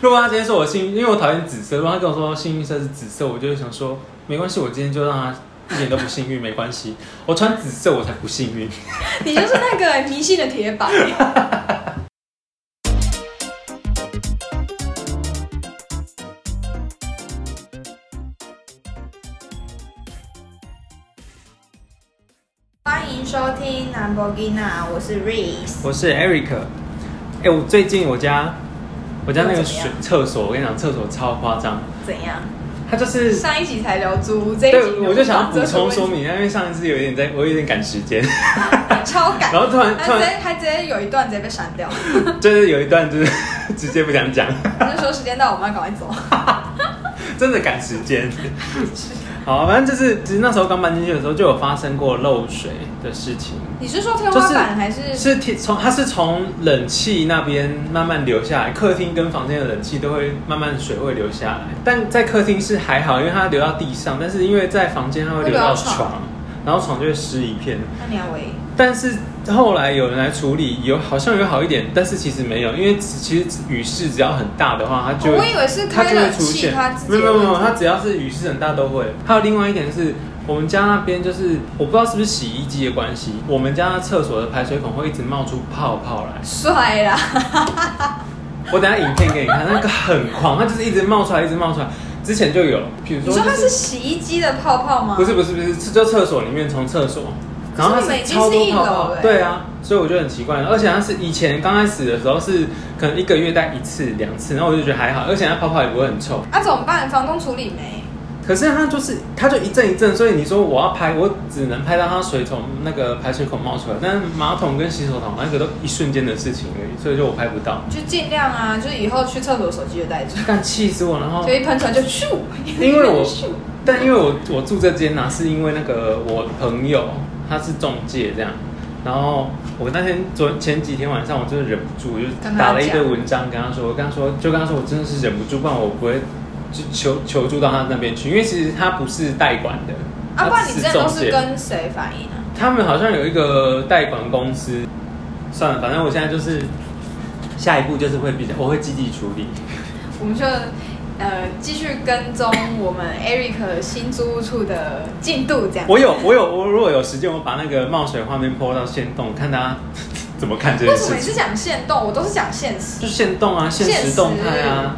如果他今天说我幸运，因为我讨厌紫色，如果他跟我说幸运色是紫色，我就会想说没关系，我今天就让他一点都不幸运，没关系，我穿紫色我才不幸运。你就是那个欸迷信的铁板。欸欢迎收听 Lamborghini，我是 Reese。我是 Eric，哎、我最近我家我家那个水又怎么厕所，我跟你讲，厕所超夸张，怎样？它就是上一集才聊租屋，这一集对，我就想要补充说说，明，因为上一次有点在，我有点赶时间， 超赶。然后突然突他然直接，他直接有一段直接被删掉，就是有一段就是 直接不想讲，他就说时间到，我们要赶快走。真的赶时 间。好，反正就是，其实那时候刚搬进去的时候就有发生过漏水的事情，你是说天花板还是？是天从它是从冷气那边慢慢流下来，客厅跟房间的冷气都会慢慢水会流下来，但在客厅是还好，因为它流到地上，但是因为在房间它会流到会流到床床，然后床就会湿一片。那你要喂？但是后来有人来处理，有好像有好一点，但是其实没有，因为其实雨势只要很大的话，它就会哦我以为是它开就会冷出气，现它直。接没有没有没有，它只要是雨势很大都会。还有另外一点是。我们家那边就是，我不知道是不是洗衣机的关系，我们家厕所的排水孔会一直冒出泡泡来。帅啦！我等一下影片给你看，那个很狂，它就是一直冒出来，一直冒出来。之前就有，比如你说、说就它是洗衣机的泡泡吗？不是不是不是，是就厕所里面从厕所，可然是后它你们已经超是多一泡楼泡欸，对啊，所以我觉得很奇怪，而且它是以前刚开始的时候是可能一个月戴一次两次，然后我就觉得还好，而且它泡泡也不会很臭，啊，怎么办？房东处理没？可是它就是它就一阵一阵，所以你说我要拍，我只能拍到它水从那个排水孔冒出来，但是马桶跟洗手桶那个都一瞬间的事情而已，所以就我拍不到，就尽量啊，就是以后去厕所手机就带着，但气死我，然后就一喷出来就咻，哦因为我咻但因为我我住这间呢、是因为那个我朋友他是中介这样，然后我那天昨前几天晚上我真的忍啊不住，我就是打了一堆文章跟他说，我跟他说就跟他说我真的是忍不住，不然我不会就求求助到他那边去，因为其实他不是代管的，啊，不他然你只是之前中都是介。跟谁反映啊？他们好像有一个代管公司，算了，反正我现在就是下一步就是会比较我会积极处理。我们就呃继续跟踪我们 Eric 新租屋处的进度，这样。我有，我有，我如果有时间，我把那个冒水画面 PO 到线动，看大家 怎么看这件为什么事你情。是讲现动，我都是讲现实就，线动啊，现实动态啊，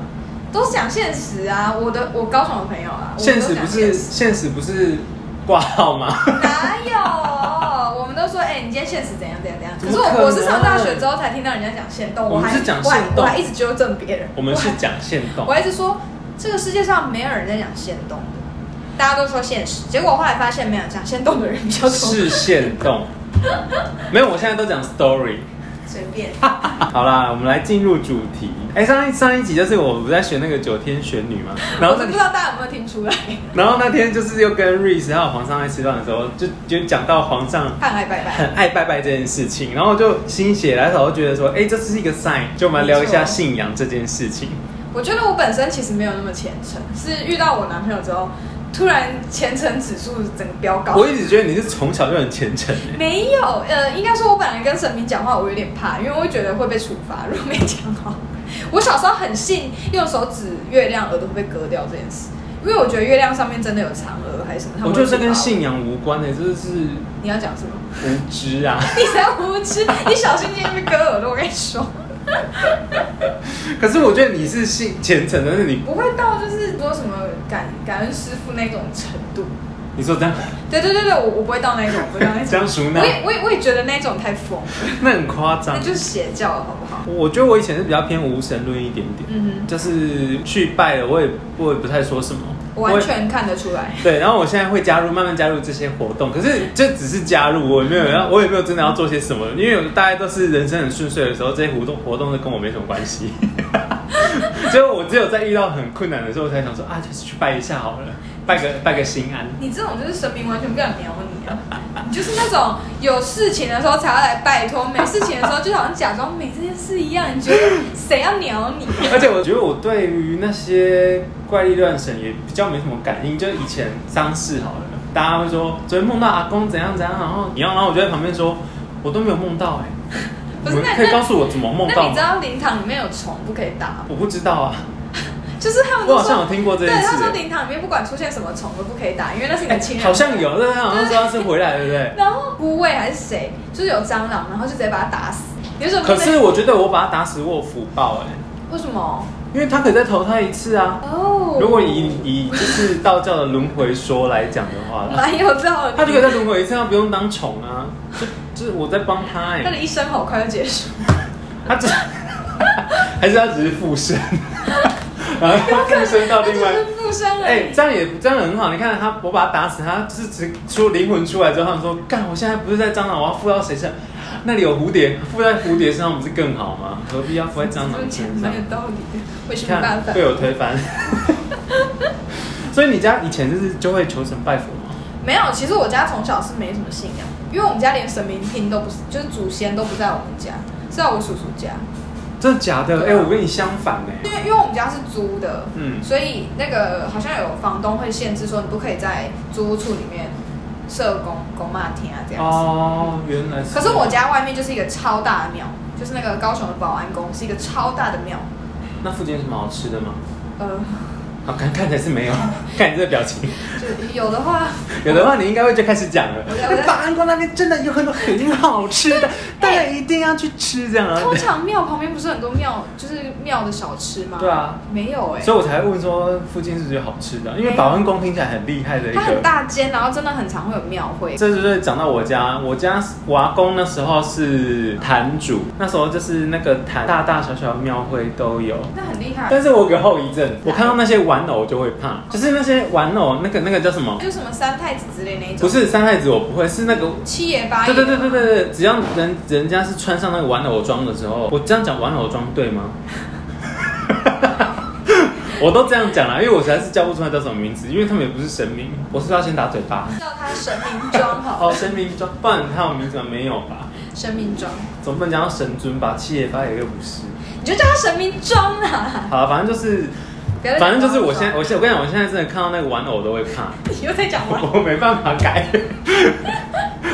都是讲现实啊。我的我高雄的朋友啊，我现们都实讲不是现实不是挂号 吗？哪有？我们都说，哎、你今天现实怎样怎样怎样。怎可么是可能我我是上大学之后才听到人家讲限动，我们还是讲我还限动我还一直纠正别人。我们是讲线我动还，我，还一直说这个世界上没有人在讲限动的，大家都说现实。结果我后来发现，没有讲限动的人比较多。是线动。没有，我现在都讲 story。随便，啊好啦，我们来进入主题。哎、上一上一集就是我不在学那个九天玄女嘛，然后我都不知道大家有没有听出来，然后那天就是又跟 Reese 还有皇上在吃饭的时候，就就讲到皇上看爱拜拜。很爱拜拜这件事情，然后就心血来潮，就觉得说，哎、这是一个 sign，就我们来聊一下没错信仰这件事情。 我觉得我本身其实没有那么虔诚，是遇到我男朋友之后，突然虔诚指数整个飙高。我一直觉得你是从小就很虔 诚、欸，没有，呃，应该说，我本来跟神明讲话，我有点怕，因为我会觉得会被处罚，如果没讲好。 我小时候很信用手指月亮，耳朵会被割掉这件事，因为我觉得月亮上面真的有嫦娥还是什么。他我们觉得会这跟处罚信仰无关的、就是我你要讲什么？ 无知啊。你才无知！你小心今天被割耳朵，我跟你说，可是我觉得你是信虔诚的，但是你不会到就是说什么感感恩师傅那种程度。你说这样对对对对，我我不会到那种，我不会到那 这种。样熟呢我，也我也我也觉得那种太疯了，那很夸张那。就是邪教了，好不好？我觉得我以前是比较偏无神论一点点，嗯就是去拜了，我也我也不太说什么，哼，完全看得出来。对，然后我现在会加入，慢慢加入这些活动，可是这只是加入，我也没有要，我也没有真的要做些什么，因为大家都是人生很顺遂的时候，这些活动活动都跟我没什么关系。 所以我只有在遇到很困难的时候，我才想说啊，就是去拜一下好了，拜个拜个心安。你这种就是神明完全不想鸟你啊！ 你就是那种有事情的时候才要来拜托，没事情的时候就好像假装没这件事一样。你觉得谁要鸟你？而且我觉得我对于那些怪力乱神也比较没什么感应，就以前丧事好了，大家会说昨天梦到阿公怎样怎样，然后你要，然后我就在旁边说，我都没有梦到哎、你不是们那可以告那诉我怎么梦那到你吗知？道灵堂里面有虫不可以打吗？我不知道啊，就是他们我都好像有说，听过这对，件他事说，灵堂里面不管出现什么虫都不可以打，因为那是你的亲人。好像有，但是他好像说他是回来，对不对？然后不卫还是谁，就是有蟑螂，然后就直接把它打死。你说可是我觉得我把他打死，我有福报哎，为什么？因为他可以再投胎一次啊。哦，如果以以就是道教的轮回说来讲的话啦，蛮有道理，他就可以再轮回一次，他不用当宠啊。就就是我在帮他哎、他的一生好快就结束，他只 还是他只是附身， 然后他附身到 他就另外。是附身 而哎、已。这样也这样很好。你看他，我把他打死，他就是只出灵魂出来之后，他们说：“干，我现在不是在蟑螂，我要附到谁身？那里有蝴蝶，附在蝴蝶身上不是更好吗？ 何必要附在蟑这么螂讲身上 蛮？”有道理的，我也是你没办看法。被我推翻。所以你家以前就是就会求神拜佛吗？没有，其实我家从小是没什么信仰，因为我们家连神明厅都不是，就是祖先都不在我们家，是在我叔叔家。真的假的？哎、我跟你相反哎、 因为因为我们家是租的，嗯所以那个好像有房东会限制说你不可以在租屋处里面设公公骂厅啊这样子。哦，原来是。可是我家外面就是一个超大的庙，就是那个高雄的保安宫是一个超大的庙，那附近有什么好吃的吗？呃，好看看起来是没有， 看你这个表情，就有的 话，有的话你应该会就开始讲了。我在我在那安宫那边真的有很多很好吃的，大家一定要去吃这样啊。通常庙旁边不是很多庙，就是庙的小吃吗？对啊，没有哎、所以我才问说附近是不是有好吃的，因为保安宫听起来很厉害的一它很个。大间，然后真的很常会有庙会。这就是讲到我家，我家我阿公那时候是坛主，那时候就是那个坛大大小小的庙会都有。那很厉害，但是我有个后遗症，我看到那些玩偶就会怕，就是那些玩偶那个那个叫什么？就什么三太子之类那一不种，是三太子，我不会，是那个七爷八爷，对对对对对，对，只要人人家是穿上那个玩偶装的时候，我这样讲玩偶装对吗？ 我都这样讲啊啦，因为我实在是叫不出来叫什么名字，因为他们也不是神明，我是不是要先打嘴巴。叫他神明庄好哦，了，神明装，不然他有名字吗？没有吧？神明庄， 总不能讲到神尊吧？七爷八爷又不是。你就叫他神明庄啦。好了，啊反正就是，不要再反正就讲是我庄现在，我现在我跟你讲，我现在真的看到那个玩偶都会怕。你 又在讲完，我没办法改，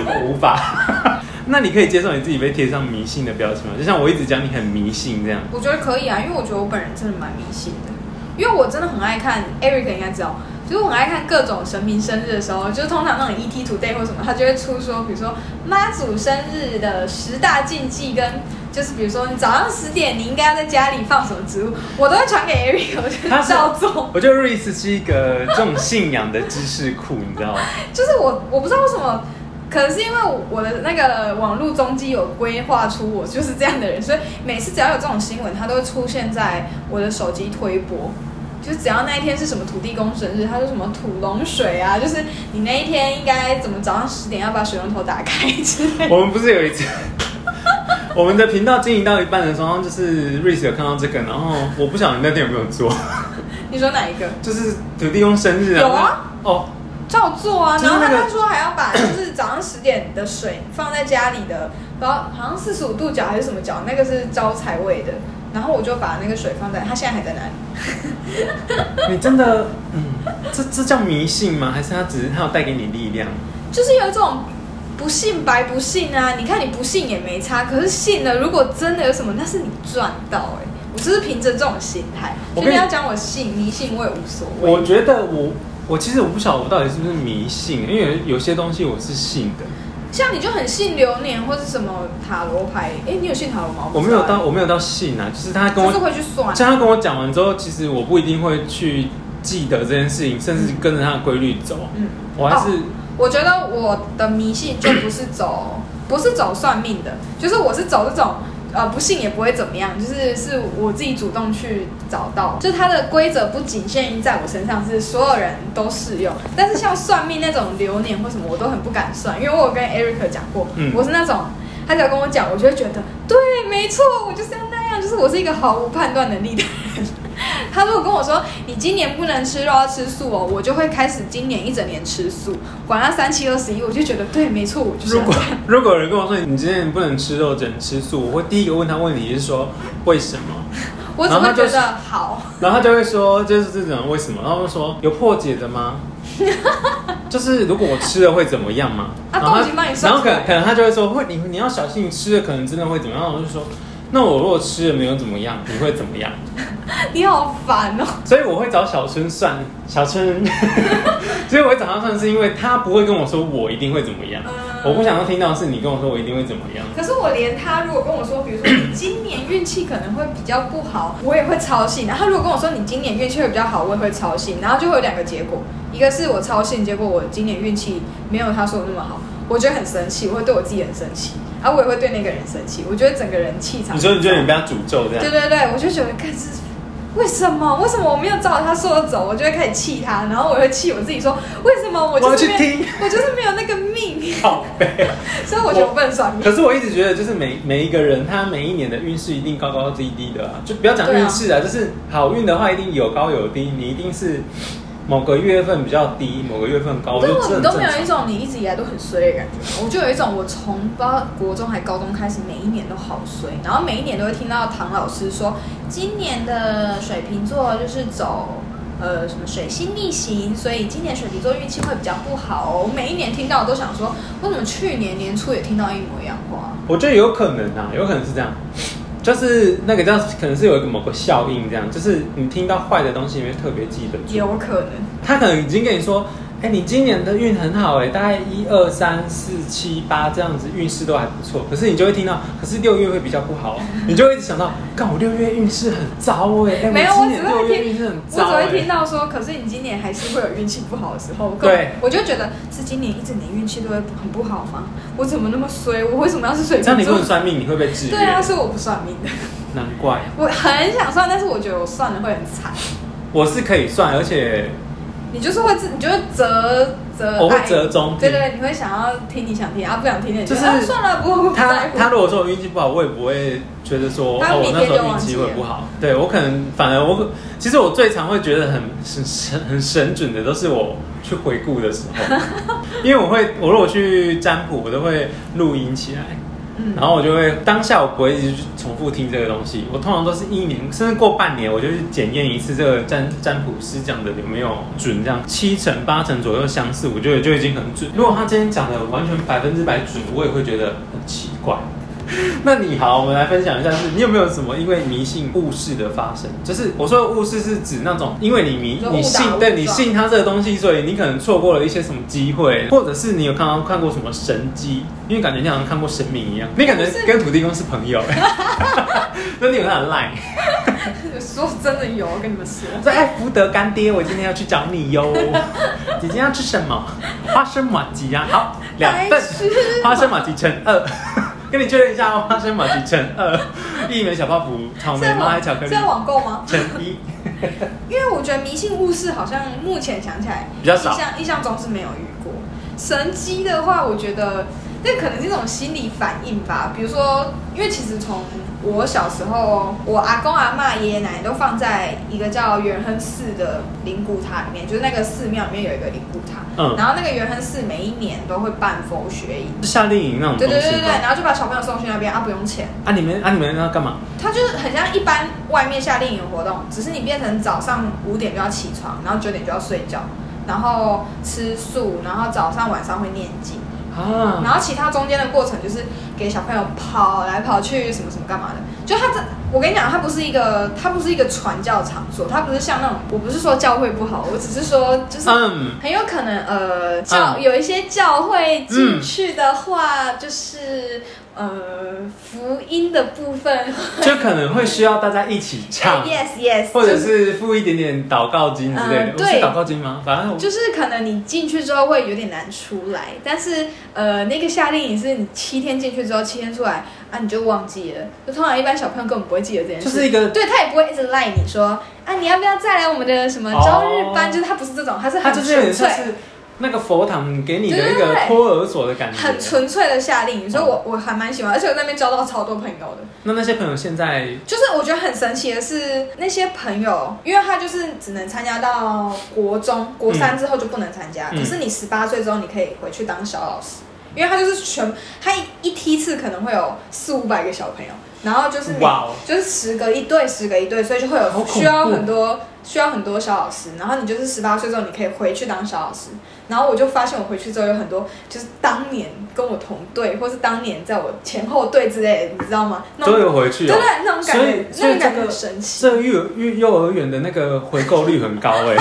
我无法。那你可以接受你自己被贴上迷信的标签吗？就像我一直讲你很迷信这样。我觉得可以啊，因为我觉得我本人真的蛮迷信的，因为我真的很爱看，Eric 应该知道。就是我很爱看各种神明生日的时候，就是通常那种 ET Today 或什么，他就会出说，比如说妈祖生日的十大禁忌跟，就是比如说你早上十点你应该要在家里放什么植物，我都会传给 Eric，我就他是是照做。我觉得 Reese 是一个这种信仰的知识库，你知道吗？ 就是我我不知道为什么，可能是因为我的那个网络中基有规划出我就是这样的人，所以每次只要有这种新闻，它都会出现在我的手机推播。就是只要那一天是什么土地公生日，他就什么土龙水啊，就是你那一天应该怎么早上十点要把水龙头打开之类的。我们不是有一次，我们的频道经营到一半的时候，就是 Reese 有看到这个，然后我不晓得你那天有没有做，你说哪一 个？就是土地公生日啊。有啊。哦，照做啊。就是然后那他个就说还要把就是早上十点的水放在家里的，然后好像四十五度角还是什么角，那个是招财位的。然后我就把那个水放在，他现在还在哪里？哦你真的，嗯，这这叫迷信吗？还是他只是他有带给你力量？就是有一种不信白不信啊！你看你不信也没差，可是信了，如果真的有什么，那是你赚到哎、我就是凭着这种心态，我所跟以你你要讲我信迷信我也无所谓。我觉得我我其实我不晓得我到底是不是迷信，因为有有些东西我是信的，像你就很信流年或是什么塔罗牌，哎、你有信塔罗吗？我不没知道欸有到我没有到信啊，就是他跟哦就是我，会去算。像他跟我讲完之后，其实我不一定会去记得这件事情，甚至跟着他的规律走，嗯，我还是、我觉得我的迷信就不是走， 不是走算命的，就是我是走这种。呃，不信也不会怎么样，就是是我自己主动去找到，就是它的规则不仅限于在我身上，是所有人都适用。但是像算命那种流年或什么，我都很不敢算，因为我有跟 Eric 讲过，嗯我是那种他只要跟我讲，我就会觉得对，没错，我就是要那样，就是我是一个毫无判断能力的人。他如果跟我说你今年不能吃肉，要吃素哦，我就会开始今年一整年吃素，管他三七二十一，我就觉得对，没错，我就是啊如要这果样。如果有人跟我说你今天不能吃肉，只能吃素，我会第一个问他问题是说为什么，我只然后会他就觉是得好， 然后他就会说就是这种为什么，然后我就说有破解的 吗？就是如果我吃了会怎么样吗？啊然后都已经帮你算然后出可来能可能他就会说会你你要小心，你吃了可能真的会怎么样？我就说那我如果吃了没有怎么样，你会怎么样？你好烦哦、所以我会找小春 算，小春，所以我会找他算，是因为他不会跟我说我一定会怎么样，嗯我不想要听到的是你跟我说我一定会怎么样。可是我连他如果跟我说，比如说你今年运气可能会比较不好，我也会操心。然后他如果跟我说你今年运气会比较好，我也会操心。然后就会有两个结果，一个是我操心，结果我今年运气没有他说的那么好，我觉得很生气，我会对我自己很生气，啊，我也会对那个人生气。我觉得整个人气场，你说你觉得你被他诅咒这样对？对对，我就觉得，看是为什么？为什么我没有照他说的走？我就会开始气他，然后我会气我自己说，为什么我我要就是去没有，听，我就是没有那个命，好悲。所以我觉得我不能算命。可是我一直觉得，就是每每一个人，他每一年的运势一定高高低低的啊，就不要讲运势啊，就是好运的话，一定有高有低，你一定是某个月份比较低，某个月份高，我对就我这很你都正没有常。一种你一直以来都很衰的感觉，我就有一种我从不知道国中还高中开始，每一年都好衰，然后每一年都会听到唐老师说，今年的水瓶座就是走呃什么水星逆行，所以今年水瓶座运气会比较不好哦。我每一年听到我都想说，为什么去年年初也听到一模一样的话？我觉得有可能啊，有可能是这样，就是那个叫可能是有一个某个效应这样，就是你听到坏的东西，你会特别记得住。有可能，他可能已经跟你说，哎、你今年的运很好哎、大概一二三四七八这样子运势都还不错，可是你就会听到，可是六月会比较不 好，哦你就会一直想到，干我六月运势很糟哎、哎、没有我今我年只会六月听运势很我只糟哎、会听到说，可是你今年还是会有运气不好的时候。我根对我就觉得是今年一整年运气都会很不好吗？我怎么那么衰？我为什么要是水这样瓶你不座能？算命，你会被制约。对啊，所以我不算命的。难怪我很想算，但是我觉得我算了会很惨。我是可以算，而且你就是会自，你就会折折，哦我会折中对对对，你会想要听你想听，啊不想听的，你就是啊算了，不我 不他在乎。他如果说我运气不好，我也不会觉得说他哦，我明那天时就候运气会不好。对我可能反而我其实我最常会觉得很很神很神准的，都是我去回顾的时 候，因为我会我如果去占卜，我都会录音起来，嗯然后我就会当下我不会一直去重复听这个东西，我通常都是一年甚至过半年，我就去检验一次这个占占卜师讲的有没有准，这样七成八成左右相似，我觉得就已经很准。如果他今天讲的完全百分之百准，我也会觉得很奇怪。 那你好，我们来分享一下是，你有没有什么因为迷信误事的发生？就是我说的误事是指那种，因为你迷就误打你信误，对你撞信他这个东西，所以你可能错过了一些什么机会，或者是你有看到看过什么神机，因为感觉你好像看过神明一样，你感觉不是跟土地公是朋友、 那你有他的 line， 说真的有，我跟你们说，在哎福德干爹，我今天要去找你哟，姐姐要吃什么？花生玛吉呀、好，两份白痴花生玛吉乘二。 跟你确认一下哦，花生玛吉乘二，一枚小泡芙，草莓在马网来巧克力在网购吗？乘一。因为我觉得迷信误事好像目前想起来比较少印象印象中是没有遇过。神机的话，我觉得那可能是一种心理反应吧。比如说，因为其实从我小时候，我阿公阿妈、爷爷奶奶都放在一个叫元亨寺的灵骨塔里面，就是那个寺庙里面有一个灵骨塔。嗯然后那个元亨寺每一年都会办佛学营，夏令营那种对东对对西对对，哦吗？然后就把小朋友送去那边啊，不用钱。啊，你们啊，你们要干嘛？它就是很像一般外面夏令营活动，只是你变成早上五点就要起床，然后九点就要睡觉，然后吃素，然后早上晚上会念经，啊，然后其他中间的过程就是给小朋友跑来跑去，什么什么干嘛的。就它这，我跟你讲，它不是一个，它不是一个传教场所，它不是像那种，我不是说教会不好，我只是说就是。嗯，很有可能，呃，教、嗯有一些教会进去的话，就是呃福音的部分 就可能会需要大家一起唱， Yes Yes，或者是付一点点祷告金之类的。嗯我对是祷告金吗？反正我就是可能你进去之后会有点难出来，但是呃，那个夏令营是你七天进去之后七天出来啊，你就忘记了。就通常一般小朋友根本不会记得这件事，就是一个对他也不会一直赖你说啊，你要不要再来我们的什么朝日班？就是他不是这种，他是它很就是有纯点粹像。是那个佛堂给你的一对对个对托儿所的感觉。很纯粹的夏令营，所以我我还蛮喜欢，而且我那边交到超多朋友的。那那些朋友现在就是我觉得很神奇的是，那些朋友，因为他就是只能参加到国中、国三之后就不能参加，嗯可是你十八岁之后你可以回去当小老师，因为他就是全他一一梯次可能会有四五百个小朋友，然后就是每哇哦就是十个一对，十个一对，所以就会好有恐怖需要很多需要很多小老师，然后你就是十八岁之后你可以回去当小老师，然后我就发现我回去之后有很多就是当年跟我同队，或是当年在我前后队之类的，你知道吗？那种都有回去、对哦。对，那种感所觉以，所那以种感这觉个很神奇。这幼幼幼儿园的那个回购率很高 哎、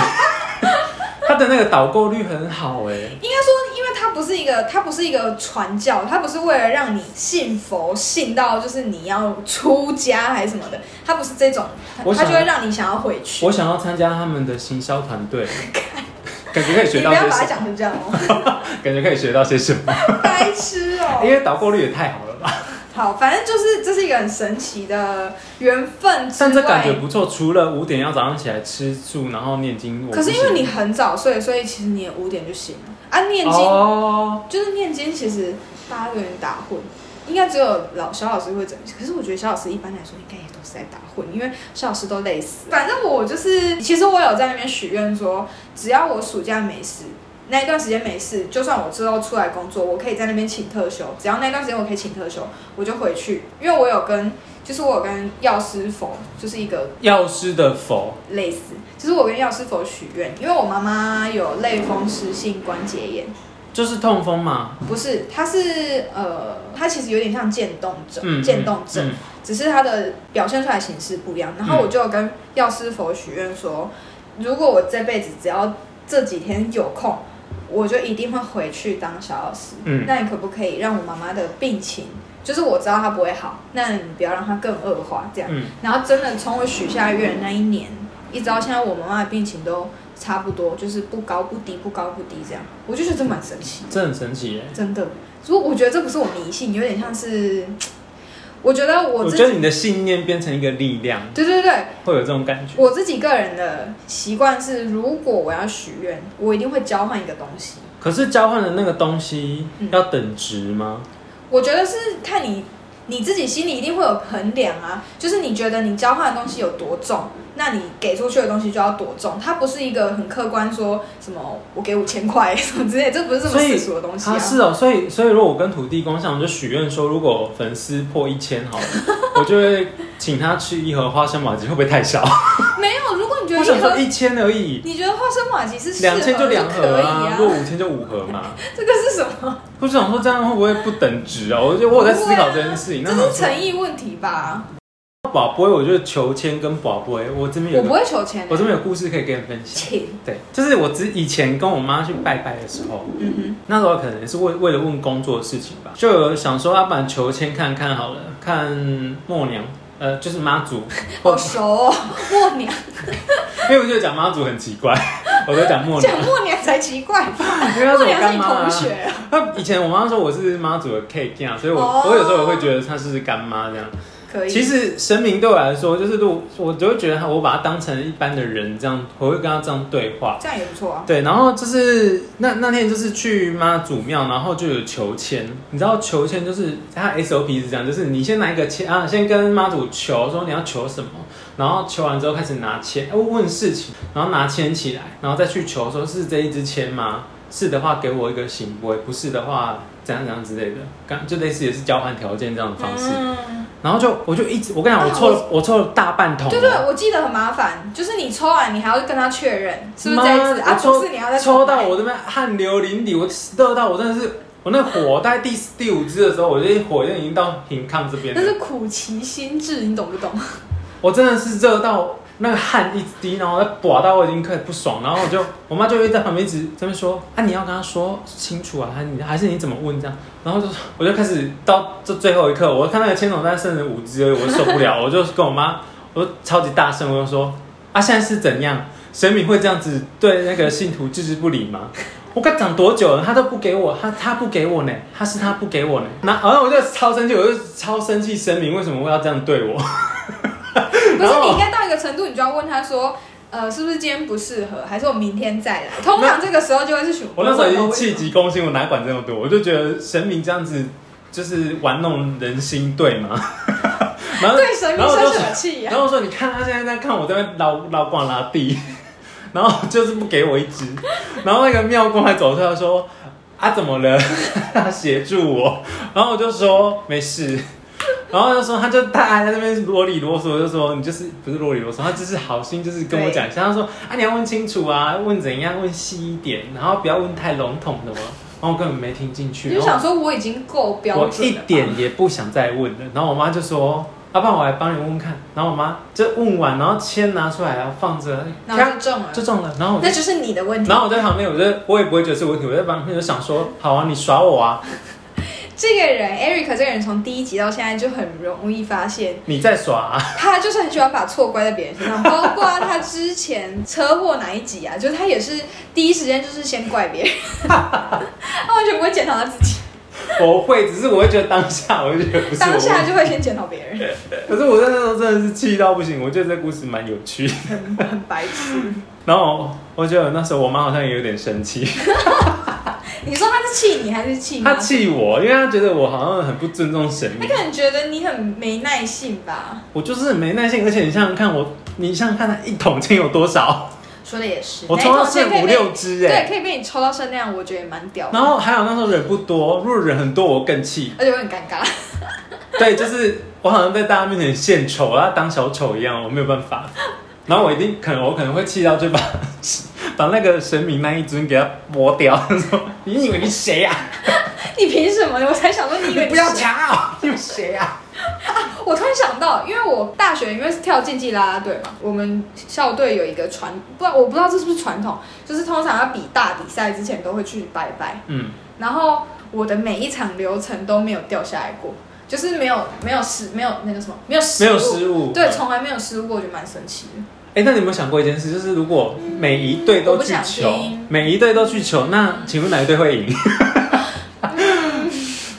他的那个导购率很好哎、应该说，因为它不是一个，它不是一个传教，它不是为了让你信佛，信到就是你要出家还是什么的，它不是这种，它我它想就会让你想要回去。我想要参加他们的行销团 队，感觉可以你学到不要些把它什么，讲成这样哦， 感觉可以学到些什么，白痴 因哦。为导购率也太好了吧。好，反正就是这是一个很神奇的缘分之但这感外觉。不错，除了五点要早上起来吃素，然后念经，我可是不因行为你很早睡，所以其实你也五点就醒了啊。念经、哦，就是念经，其实大家有点打混，应该只有老小老师会整。可是我觉得小老师一般来说应该也都是在打混，因为小老师都累死。反正我就是，其实我有在那边许愿说，只要我暑假没事，那一段时间没事，就算我之后出来工作，我可以在那边请特休，只要那段时间我可以请特休，我就回去，因为我有跟。就是我有跟药师佛，就是一个药师的佛类似，就是我跟药师佛许愿，因为我妈妈有类风湿性关节炎，就是痛风嘛，不是，它是呃，它其实有点像渐冻症，嗯，渐冻症，嗯只是它的表现出来形式不一样。然后我就有跟药师佛许愿说，如果我这辈子只要这几天有空，我就一定会回去当小老师。嗯那你可不可以让我妈妈的病情，就是我知道她不会好，那你不要让她更恶化这样。嗯然后真的从我许下愿那一年，一直到现在，我妈妈的病情都差不多，就是不高不低，不高不低这样。我就觉得这蛮神奇的。这很神奇耶。真的。所以我觉得这不是我迷信，有点像是，我觉得我我自觉得己，你的信念变成一个力量，对对对，会有这种感觉。我自己个人的习惯是，如果我要许愿，我一定会交换一个东西。可是交换的那个东西嗯要等值吗？我觉得是看你你自己心里一定会有衡量啊，就是你觉得你交换的东西有多重，那你给出去的东西就要多重，它不是一个很客观说什么我给五千块 什么之类，这不是这么所以世俗的东西啊，啊。是哦，所以所以如果我跟土地公像，我就许愿说，如果粉丝破一千 好了，我就会请他吃一盒花生麻吉，会不会太少？没有，如果你觉我得想一说盒，一千而已，你觉得花生玛吉是适合两千就两可盒以啊啊，如，果五千就五盒嘛。这个是什么？我就想说这样会不会不等值啊？我就我有在思考这件事情。不那会啊这是想说诚意问题吧？宝贝，我就求签跟宝贝，我这边我有不个会求钱、我这边有故事可以跟你分享。请，对，就是我之以前跟我妈去拜拜的时候，嗯那时候可能是为为了问工作的事情吧，就有想说，啊要不然求签看看好了，看默娘，呃，就是妈祖，哼，或好熟 哦，默娘， 因为我就讲妈祖很奇怪，我都讲默娘，讲默娘才奇怪 吧？因为她是默我娘是干你妈、同啊。学啊，她以前我妈说我是妈祖的 K 这样，所以我、哦我有时候也会觉得她是干妈这样。可以。其实神明对我来说，就是我我就会觉得她，我把她当成一般的人这样，我会跟她这样对话。这样也不错啊。对，然后就是那那天就是去妈祖庙，然后就有求签。你知道求签就是它 SOP 是这样，就是你先拿一个签啊，先跟妈祖求说你要求什么，然后求完之后开始拿签，哎问事情，然后拿签起来，然后再去求说是这一支签吗？是的话给我一个行不不是的话怎样怎样之类的，刚就类似也是交换条件这样的方式。嗯，啊然后就我就一直我跟你讲，我抽了我抽了大半桶哦，对对，我记得很麻烦，就是你抽完你还要跟他确认是不是妈这一次啊？我抽不是，你还要再抽重来到我这边汗流淋漓，我热到我真的是，我那火大概第四第五支的时候，我这火就已经到平抗这边那了，是苦其心志，你懂不 懂？我真的是热到那个汗一直滴，然后再刮到我已经开始不爽，然后我就我妈就会在旁边一直在那边说啊你要跟她说清楚啊，还你还是你怎么问这样，然后就我就开始到这最后一刻，我看那个千总在剩了五支而已，我就受不了，我就跟我妈，我就超级大声，我就说啊现在是怎样？神明会这样子对那个信徒置之不理吗？我跟他讲多久了，他都不给我，他他不给我呢， 他是他不给我呢。那然后我就超生气，我就超生气，神明为什么会要这样对我？不然是，后你应该到一个程度，你就要问他说。呃，是不是今天不适合？还是我明天再来？通常这个时候就会是询我那时候已经气急攻心，我哪管这么多？我就觉得神明这样子就是玩弄人心，对吗？然后对神明然后我生就什么气啊呀然？后我说：“你看他现在在看我在那边捞捞逛拉 地，然后就是不给我一只。然后那个庙公还走出来说：‘啊，啊怎么了？ 他协助我， 然后我就说没事， 然后就说他就他还在那边啰里啰嗦，就说你就是不是啰里啰嗦，他就是好心就是跟我讲一下，他说啊你要问清楚啊，问怎样问细一点，然后不要问太笼统的嘛，哦然后我根本没听进去，你就想说我已经够然后标我准一了吧，点也不想再问了，然后我妈就说。要、啊、不然我来帮你问问看，然后我妈就问完，然后签拿出来，然后放着，哎然后就中了就，中了，然后我就那就是你的问题然。后我在旁边，我就我也不会觉得是问题，我在旁边就想说，好啊，你耍我啊，这个人 Eric 这个人从第一集到现在就很容易发现，你在耍、啊，他就是很喜欢把错怪在别人身上，包括他之前车祸哪一集啊，就是他也是第一时间就是先怪别人，他完全不会检讨他自己，我会，只是我会觉得当下，我就觉得不是我当问下题。就会先检讨别 人，可是我在那时候真的是气到不行，我觉得这故事蛮有趣的。很白痴。然后我觉得那时候我妈好像也有点生气，你说他是气你还是气她妈？气我，因为她觉得我好像很不尊重神他明可。能觉得你很没耐性吧？我就是很没耐性，而且你想想看我，你想想看他一桶金有多少，说的也是，我抽到哪一种剩可以五被六只哎、对，可以被你抽到剩那样，我觉得也蛮屌的然后还有那时候人不多，如果人很多我更气。而且我很尴尬。 对，就是我好像在大家面前献丑，然后当小丑一样，我没有办法。然后我一定可能，我可能会气到就把把那个神明那一尊给它剥掉，说：“你以为你谁呀、你凭什么？我才想说 你以 你为不要是抢啊！你谁呀、我突然想到，因为我大学因为是跳竞技啦啦队嘛，我们校队有一个传，不我不知道这是不是传统，就是通常要比大比赛之前都会去拜拜，嗯，然后我的每一场流程都没有掉下来过，就是没有没有失没有那个什么没有失没有误失误。对，哎、从来没有失误过，我觉得蛮神奇的。那你有没有想过一件事？就是如果每一队嗯我都不去想求听，每一队都去求，那请问哪一队会 赢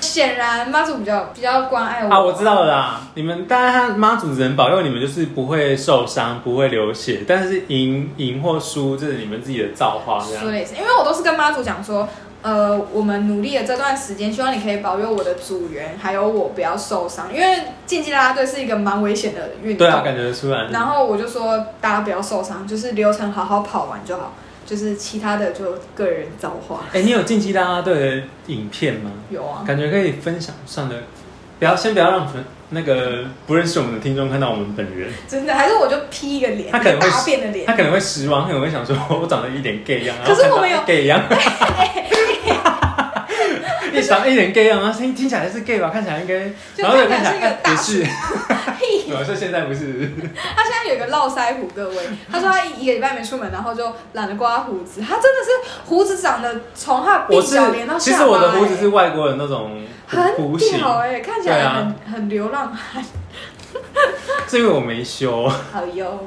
显然妈祖比较比较关爱我啊？我知道了啦，你们当然妈祖人保佑你们，就是不会受伤，不会流血，但是赢赢或输，这是你们自己的造化，这样说。的也是，因为我都是跟妈祖讲说，呃，我们努力的这段时间，希望你可以保佑我的组员，还有我不要受伤，因为竞技啦啦队是一个蛮危险的运动。对啊，感觉得出来。然后我就说大家不要受伤，就是流程好好跑完就好，就是其他的就个人造化。哎、你有竞技啦啦队的影片吗？有啊，感觉可以分享，算了，不要先不要让粉那个不认识我们的听众看到我们本人，真的，还是我就 P 一个脸，他可能会大便的脸他。可能会失望，他可能会想说我长得一点 gay 样，可是然后我们有看到 gay 样。一长得一点 gay 样，然后听听起来是 gay 吧，看起来应该，就然后又看看起起来来是一个哎大不 是，屁主要是现在不是，他现在有一个络腮胡，各位，他说他一一个礼拜没出门，然后就懒得刮胡子，他真的是胡子长得从他的我鬓是角连到其下巴、欸。实我的胡子是外国人那种很弧形，屌哎、看起对来很、啊很流浪汉。是因为我没修。好哟，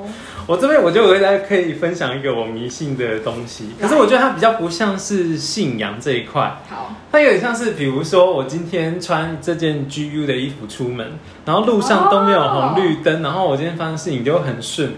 我这边我觉得我大家可以分享一个我迷信的东西，可是我觉得它比较不像是信仰这一块，好，它有点像是比如说我今天穿这件 GU 的衣服出门，然后路上都没有红绿灯，然后我今天发生事情就很顺，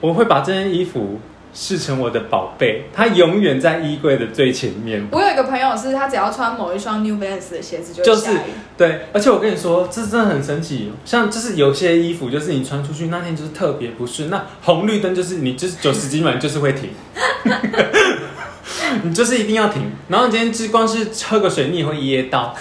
我会把这件衣服视成我的宝贝，它永远在衣柜的最前面。我有一个朋友是他只要穿某一双 New Balance 的鞋子就就会是下雨，对，而且我跟你说，这真的很神奇。像就是有些衣服，就是你穿出去那天就是特别不顺，那红绿灯就是你就是九十几秒你就是会停， 你就是一定要停。然后你今天只光是喝个水你也会噎到，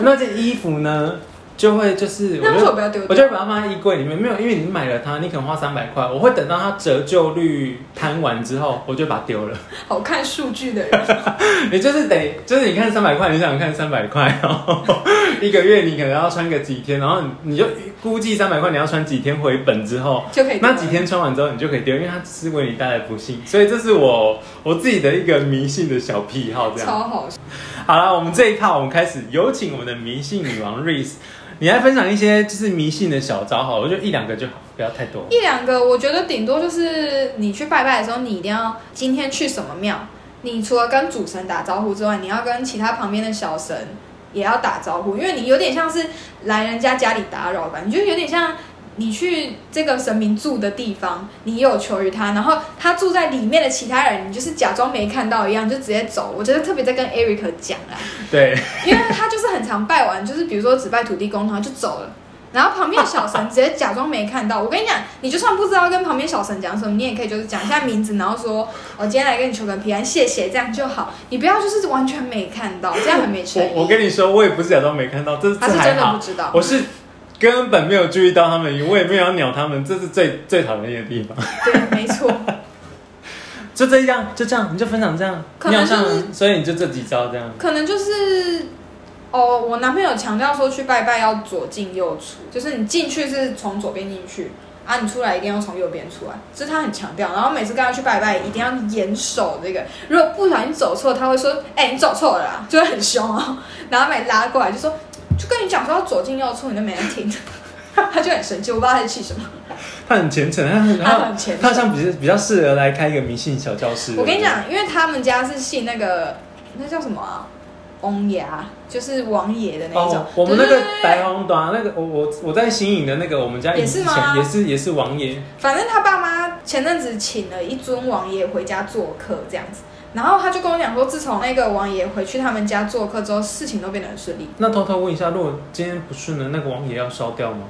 那件衣服呢就会就是那我为什么就不要丢我就掉？会把它放在衣柜里面，没有，因为你买了它，你可能花三百块，我会等到它折旧率摊完之后，我就把它丢了。好看数据的人， 你就是得，就是你看三百块，你想看三百块，然后 一个月你可能要穿个几天，然后你就估计三百块你要穿几天回本之后，就可以丢那了几天穿完之后你就可以丢，因为它是为你带来不幸，所以这是我我自己的一个迷信的小癖好，这样。超好笑。好了，我们这一趴我们开始有请我们的迷信女王 Reese，你来分享一些就是迷信的小招好了，我就一两个就好，不要太多。一两个，我觉得顶多就是你去拜拜的时候，你一定要今天去什么庙，你除了跟主神打招呼之外，你要跟其他旁边的小神也要打招呼，因为你有点像是来人家家里打扰吧，你就有点像。你去这个神明住的地方，你有求于他，然后他住在里面的其他人，你就是假装没看到一样，就直接走。我觉得特别在跟 Eric 讲啦，啊对，因为他就是很常拜完，就是比如说只拜土地公，然后就走了。然后旁边的小神直接假装没看到。我跟你讲，你就算不知道跟旁边小神讲什么，你也可以就是讲一下名字，然后说我、哦、今天来跟你求个平安，谢谢，这样就好。你不要就是完全没看到，这样很没诚意。 我我跟你说，我也不是假装没看到，这是他这是还真的好不，知道。我是根本没有注意到他们，我也没有要鸟他们，这是最最讨人厌的地方。对，没错， 就这样，就这样，你就分享这样，可能你好像就是所以你就这几招这样。可能就是。哦，我男朋友强调说去拜拜要左进右出，就是你进去是从左边进去啊，你出来一定要从右边出来，这是他很强调。然后每次跟他去拜拜，一定要严守这个，如果不小心走错，他会说：“哎、你走错了啦！”就会很凶哦。然后把你拉过来就说：“就跟你讲说要左进右出，你都没人听。”他就很生气，我不知道他在气什么。他很虔诚，他很他很虔诚他好像比较比较适合来开一个迷信小教室。我跟你，讲，因为他们家是信那个那叫什么啊，翁爷啊，就是王爷的那一种哦。，我们那个对对对对白黄短那个，我我我在新颖的那个我们家以也是吗前也是也是王爷，反正他爸妈前阵子请了一尊王爷回家做客，这样子。然后他就跟我讲说，自从那个王爷回去他们家做客之后，事情都变得很顺利。那偷偷问一下，如果今天不顺了，那个王爷要烧掉吗？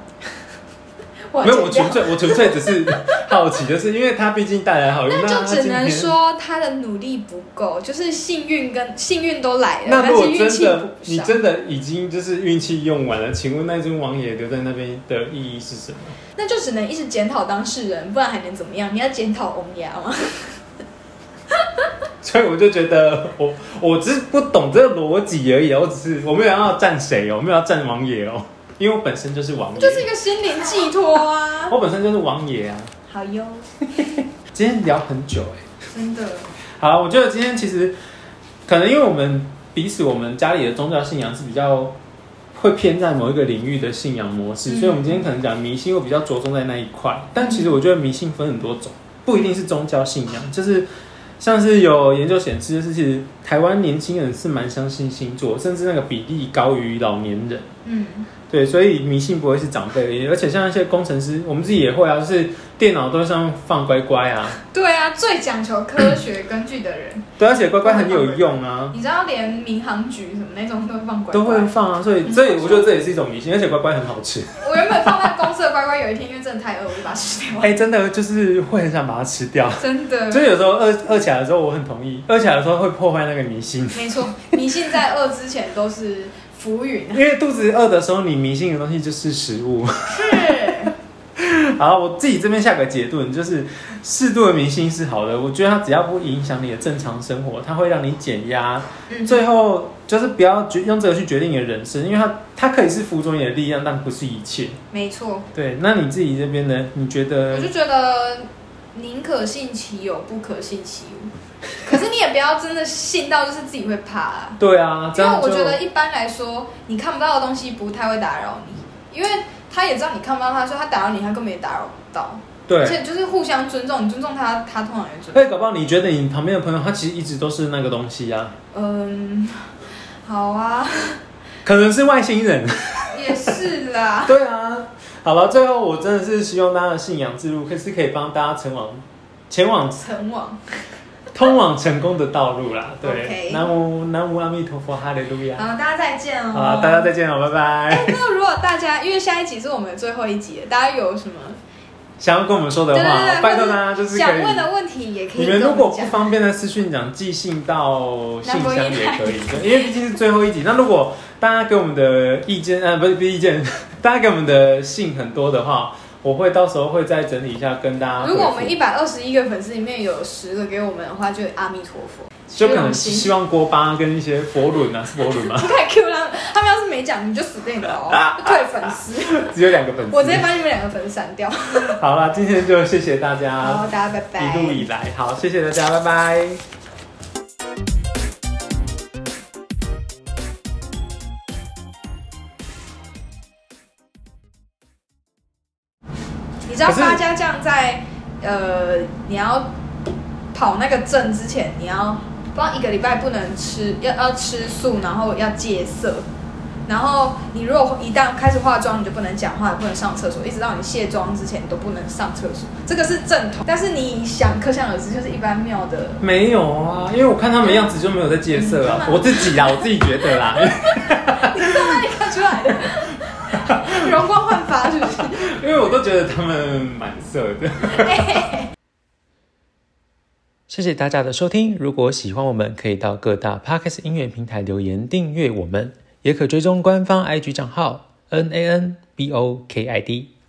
哇没有，我剪掉纯粹我纯粹只是好奇，就是因为他毕竟带来好运，那那就他只今能天。说他的努力不够，就是幸运跟幸运都来了，那但如果是运真气的补你上。真的已经就是运气用完了，请问那尊王爷留在那边的意义是什么？ 那就只能一直检讨当事人，不然还能怎么样？你要检讨翁爷吗？所以我就觉得我我只是不懂这个逻辑而已啊，我只是我没有要站谁哦，我没有要站王爷哦，因 为我本身就是王爷，啊就是一个心灵寄托啊。我本身就是王爷啊。好哟，今天聊很久哎、真的，好，我觉得今天其实可能因为我们彼此我们家里的宗教信仰是比较会偏在某一个领域的信仰模式，嗯所以我们今天可能讲迷信会比较着重在那一块，但其实我觉得迷信分很多种，不一定是宗教信仰，就是。像是有研究显示，就是其实台湾年轻人是蛮相信星座，甚至那个比例高于老年人。嗯，对，所以迷信不会是长辈的，而且像一些工程师，我们自己也会啊，就是电脑都上放乖乖啊，对啊，最讲求科学根据的 人，对，而且乖乖很有用啊，你知道连民航局什么那种都放乖乖，都会放啊，所嗯以所以我觉得这也是一种迷信，而且乖乖很好吃，我原本放在公司的乖乖，有一天因为真的太饿，我就把它吃掉了。 哎、真的就是会很想把它吃掉，真所的，以有时候饿饿起来的时候，我很同意，饿起来的时候会破坏那个迷 信，没错，迷信在饿之前都是浮云。 因为肚子饿的时候，你迷信的东西就是食物。 是，好，我自己这边下个结论就是，适度的迷信是好的，我觉得它只要不影响你的正常生活，它会让你减压，嗯，最后就是不要决用这个去决定你的人生，因为它它可以是辅佐你的力量，但不是一切。没错，对，那你自己这边呢？你觉我得就觉得宁可信其有，不可信其无。可是你也不要真的信到就是自己会怕啊。对啊？这因为样我就觉得一般来说，你看不到的东西不太会打扰你，因为他也知道你看不到他，所以他打扰你，他根本也打扰不到。对。而且就是互相尊重，你尊重他，他通常也尊重。哎，搞不好你觉得你旁边的朋友他其实一直都是那个东西啊，嗯，好啊， 可能是外星人。 也是啦。对啊，好了，最后我真的是希望大家的信仰之路可是可以帮大家前往前往成网，通往成功的道路啦。对 OK，嗯南无南无阿弥陀佛，哈利路亚。好，大家再见哦。好啊啦，大家再见了，拜拜。那如果大家，因为下一集是我们的最后一集了，大家有什么想要跟我们说的对对话，对拜托大家就是可想以。问的问题，也可以你们如跟我果们不讲。方便的私讯讲寄信到信箱也可以，对因为毕竟是最后一集。那如果大家给我们的意见，呃，不是不是意见， 大家给我们的信很多的话，我会到时候会再整理一下跟大家回复。如果我们一百二十一个粉丝里面有十个给我们的话，就阿弥陀佛。就可能虚荣心希望锅巴跟一些佛轮啊，是 佛轮吗？不太 Q 他们，他们要是没讲，你就死定了啊哦，就退粉丝，只有两个粉丝。我直接把你们两个粉丝删掉。好了，今天就谢谢大 然后家大家拜啊一路拜。以来，好，谢谢大家，拜拜。你知道可是八家将在呃，你要跑那个证之前，你要不知道一个礼拜不能吃，要要吃素，然后要戒色。然后你如果一旦开始化妆，你就不能讲话，也不能上厕所，一直到你卸妆之前你都不能上厕所，这个是正统。但是你想，可想而知，就是一般庙的 没有啊，因为我看他们的样子就没有在戒色啊，我自己啦，我自己觉得啦。看出来的，容光焕发。因为我都觉得他们蛮色的。谢谢大家的收听，如果喜欢我们，可以到各大 Podcast 音乐平台留言订阅我们，也可追踪官方 IG 账号 N A N B O K I D。